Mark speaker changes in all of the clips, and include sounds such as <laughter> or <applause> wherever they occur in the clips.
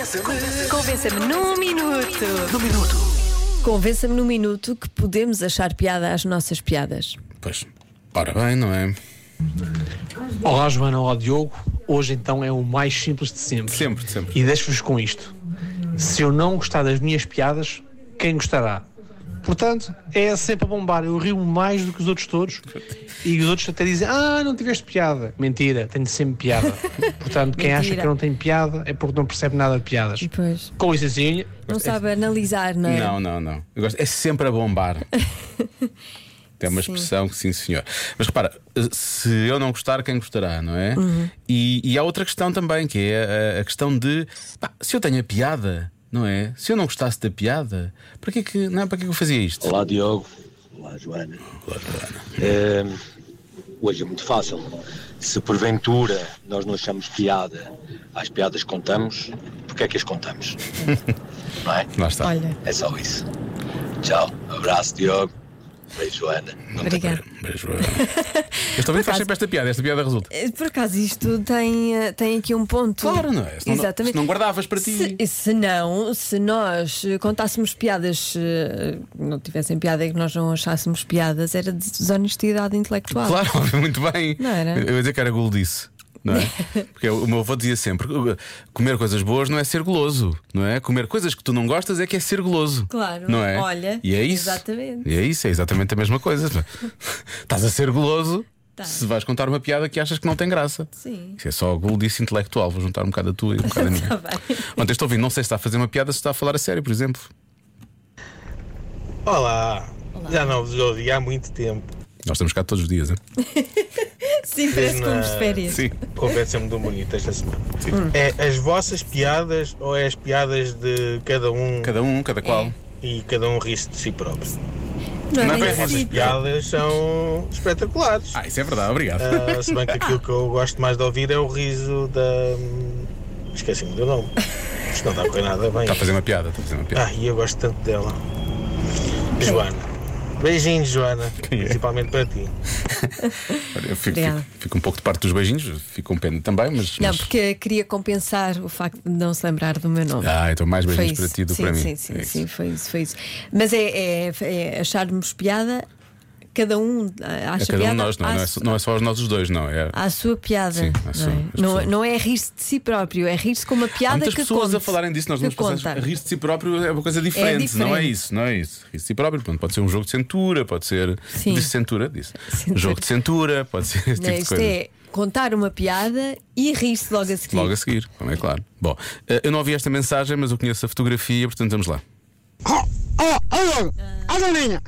Speaker 1: Convença-me.
Speaker 2: Convença-me num minuto.
Speaker 1: No minuto.
Speaker 2: Convença-me num minuto que podemos achar piada às nossas piadas.
Speaker 3: Pois, ora bem, não é?
Speaker 4: Olá Joana, olá Diogo. Hoje então é o mais simples de sempre.
Speaker 3: Sempre, de sempre.
Speaker 4: E deixo-vos com isto. Se eu não gostar das minhas piadas, quem gostará? Portanto, é sempre a bombar. Eu rio mais do que os outros todos. E os outros até dizem, ah, não tiveste piada. Mentira, tenho sempre
Speaker 3: <laughs>
Speaker 4: piada. Portanto, quem acha
Speaker 2: Mentira.
Speaker 4: que não tem piada é porque não percebe nada de piadas.
Speaker 2: Pois.
Speaker 4: Com licencinha,
Speaker 2: Não sabe analisar, não é?
Speaker 3: É. Não, não, não. Eu gosto, é sempre
Speaker 2: <laughs>
Speaker 3: a bombar. Tem uma expressão que sim, senhor. Mas repara, se eu não gostar, quem gostará, não é?
Speaker 2: Uhum.
Speaker 3: E, e há outra questão também, que é a, a questão de pá, se eu tenho a piada, não é? Se eu não gostasse da piada, para que é que, não, é? para que é que eu fazia isto?
Speaker 5: Olá Diogo, olá Joana. Eh, hoje é muito fácil. Se porventura nós não achamos piada às piadas que contamos, porque é que as contamos? <laughs> não é?
Speaker 3: Lá está.
Speaker 2: Olha,
Speaker 5: É só isso. Tchau, abraço Diogo, beijo Joana. Não te
Speaker 2: obrigada.
Speaker 3: Beijo. Este ouvinte faz sempre esta piada, esta piada resulta.
Speaker 2: Eh, Por acaso, isto tem, eh, tem aqui um ponto.
Speaker 3: É. Claro, não é? Se não-
Speaker 2: Exatamente.
Speaker 3: se não guardavas para ti.
Speaker 2: Se, eh, se não, se nós eh, contássemos piadas, eh, não tivessem piada e que nós não achássemos piadas, era desonestidade intelectual.
Speaker 3: Claro, <laughs> muito bem.
Speaker 2: Não era?
Speaker 3: Eu ia dizer que era gulodice. Não
Speaker 2: <laughs>
Speaker 3: é? Porque o meu avô dizia sempre: "Uh, comer coisas boas não é ser goloso, não é? Comer coisas que tu não gostas é que é ser goloso.
Speaker 2: Claro,
Speaker 3: não é?
Speaker 2: olha,
Speaker 3: e é isso.
Speaker 2: exatamente.
Speaker 3: E é isso, é exatamente a mesma
Speaker 2: <laughs>
Speaker 3: coisa. Estás a ser goloso
Speaker 2: Tá.
Speaker 3: se vais contar uma piada que achas que não tem graça.
Speaker 2: Sim.
Speaker 3: Isso é só gulodice intelectual. Vou juntar um bocado a tua e um bocado a minha.
Speaker 2: <laughs> Tá bem.
Speaker 3: Ontem estou ouvindo, não sei se está a fazer uma piada, se está a falar a sério, por exemplo.
Speaker 6: Olá. já não vos ouvi há muito tempo.
Speaker 3: Nós estamos cá todos os dias, hein?
Speaker 2: Sim, parece que vamos de férias.
Speaker 3: Sim.
Speaker 6: Convença-me do um bonito esta semana. É as vossas piadas ou é as piadas de cada um
Speaker 3: Cada um, cada qual.
Speaker 6: e cada um ri-se de si próprio?
Speaker 2: Não, é
Speaker 3: Não é
Speaker 2: bem
Speaker 3: bem
Speaker 6: As
Speaker 2: assim.
Speaker 6: piadas são espetaculares.
Speaker 3: Ah, isso é verdade, obrigado.
Speaker 6: Ah, se bem que aquilo que eu gosto mais de ouvir é o riso da. hum, Esqueci-me do nome. Isto não está a correr nada bem.
Speaker 3: Está Tá a fazer uma piada, está a fazer uma piada.
Speaker 6: Ah, e eu gosto tanto dela. Joana. Beijinho, Joana.
Speaker 3: Quem é?
Speaker 6: Principalmente para ti.
Speaker 3: Olha, Eu fico,
Speaker 2: Ah, Obrigada.
Speaker 3: fico- fico um pouco de parte dos beijinhos, fico um pena também, mas.
Speaker 2: Não,
Speaker 3: mas-
Speaker 2: porque queria compensar o facto de não se lembrar do meu nome.
Speaker 3: Ah, então mais
Speaker 2: Foi
Speaker 3: beijinhos
Speaker 2: isso.
Speaker 3: para ti do que
Speaker 2: sim,
Speaker 3: para mim.
Speaker 2: Sim, sim,
Speaker 3: É isso.
Speaker 2: sim, foi isso, foi isso. Mas é, é- é acharmos piada, cada um ah,
Speaker 3: É
Speaker 2: acha
Speaker 3: cada um de
Speaker 2: piada.
Speaker 3: nós, não, é?
Speaker 2: à
Speaker 3: não, é
Speaker 2: su-
Speaker 3: só, não é só os nossos dois, não. É,
Speaker 2: À sua piada.
Speaker 3: Sim, à sua-
Speaker 2: não, é?
Speaker 3: as
Speaker 2: Não-
Speaker 3: pessoas.
Speaker 2: não é rir-se de si próprio, é rir-se com uma
Speaker 3: Há
Speaker 2: piada
Speaker 3: muitas
Speaker 2: que
Speaker 3: pessoas
Speaker 2: conte,
Speaker 3: a falarem disso, nós
Speaker 2: que
Speaker 3: vamos
Speaker 2: conta.
Speaker 3: passar. Rir-se de si próprio é uma coisa diferente, não é
Speaker 2: diferente.
Speaker 3: isso, não é isso. Rir-se de si próprio, pronto, pode ser um jogo de cintura, pode ser.
Speaker 2: Sim.
Speaker 3: Disse cintura, disse.
Speaker 2: Cintura.
Speaker 3: Jogo de cintura, pode ser esse
Speaker 2: Não,
Speaker 3: tipo de
Speaker 2: isto
Speaker 3: coisa.
Speaker 2: é contar uma piada e rir-se logo a seguir.
Speaker 3: Logo a seguir, como é claro. Bom, eh, eu não ouvi esta mensagem, mas eu conheço a fotografia, portanto vamos lá.
Speaker 7: Oh, oh, oh, oh, Doninha,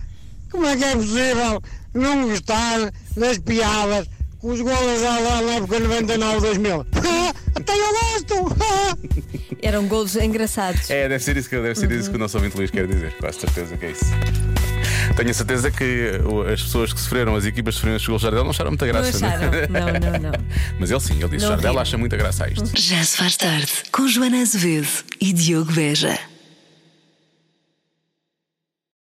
Speaker 7: como é que é possível não gostar das piadas que os golas lá lá é na época 99-2000? <laughs> Até eu gosto! <laughs>
Speaker 2: Eram golos engraçados.
Speaker 3: É, deve ser isso que, deve ser isso que
Speaker 2: Uhum.
Speaker 3: o nosso ouvinte Luís quer dizer, com a certeza que é isso. Tenho a certeza que o- as pessoas que sofreram, as equipas que sofreram os gols de Jardel, não acharam muita
Speaker 2: não
Speaker 3: graça.
Speaker 2: acharam?
Speaker 3: né?
Speaker 2: Não, não, não.
Speaker 3: <laughs> Mas ele sim, ele disse:
Speaker 2: Não
Speaker 3: Jardel
Speaker 2: riram.
Speaker 3: acha muita graça a isto.
Speaker 8: Já se faz tarde com Joana Azevedo e Diogo Veja.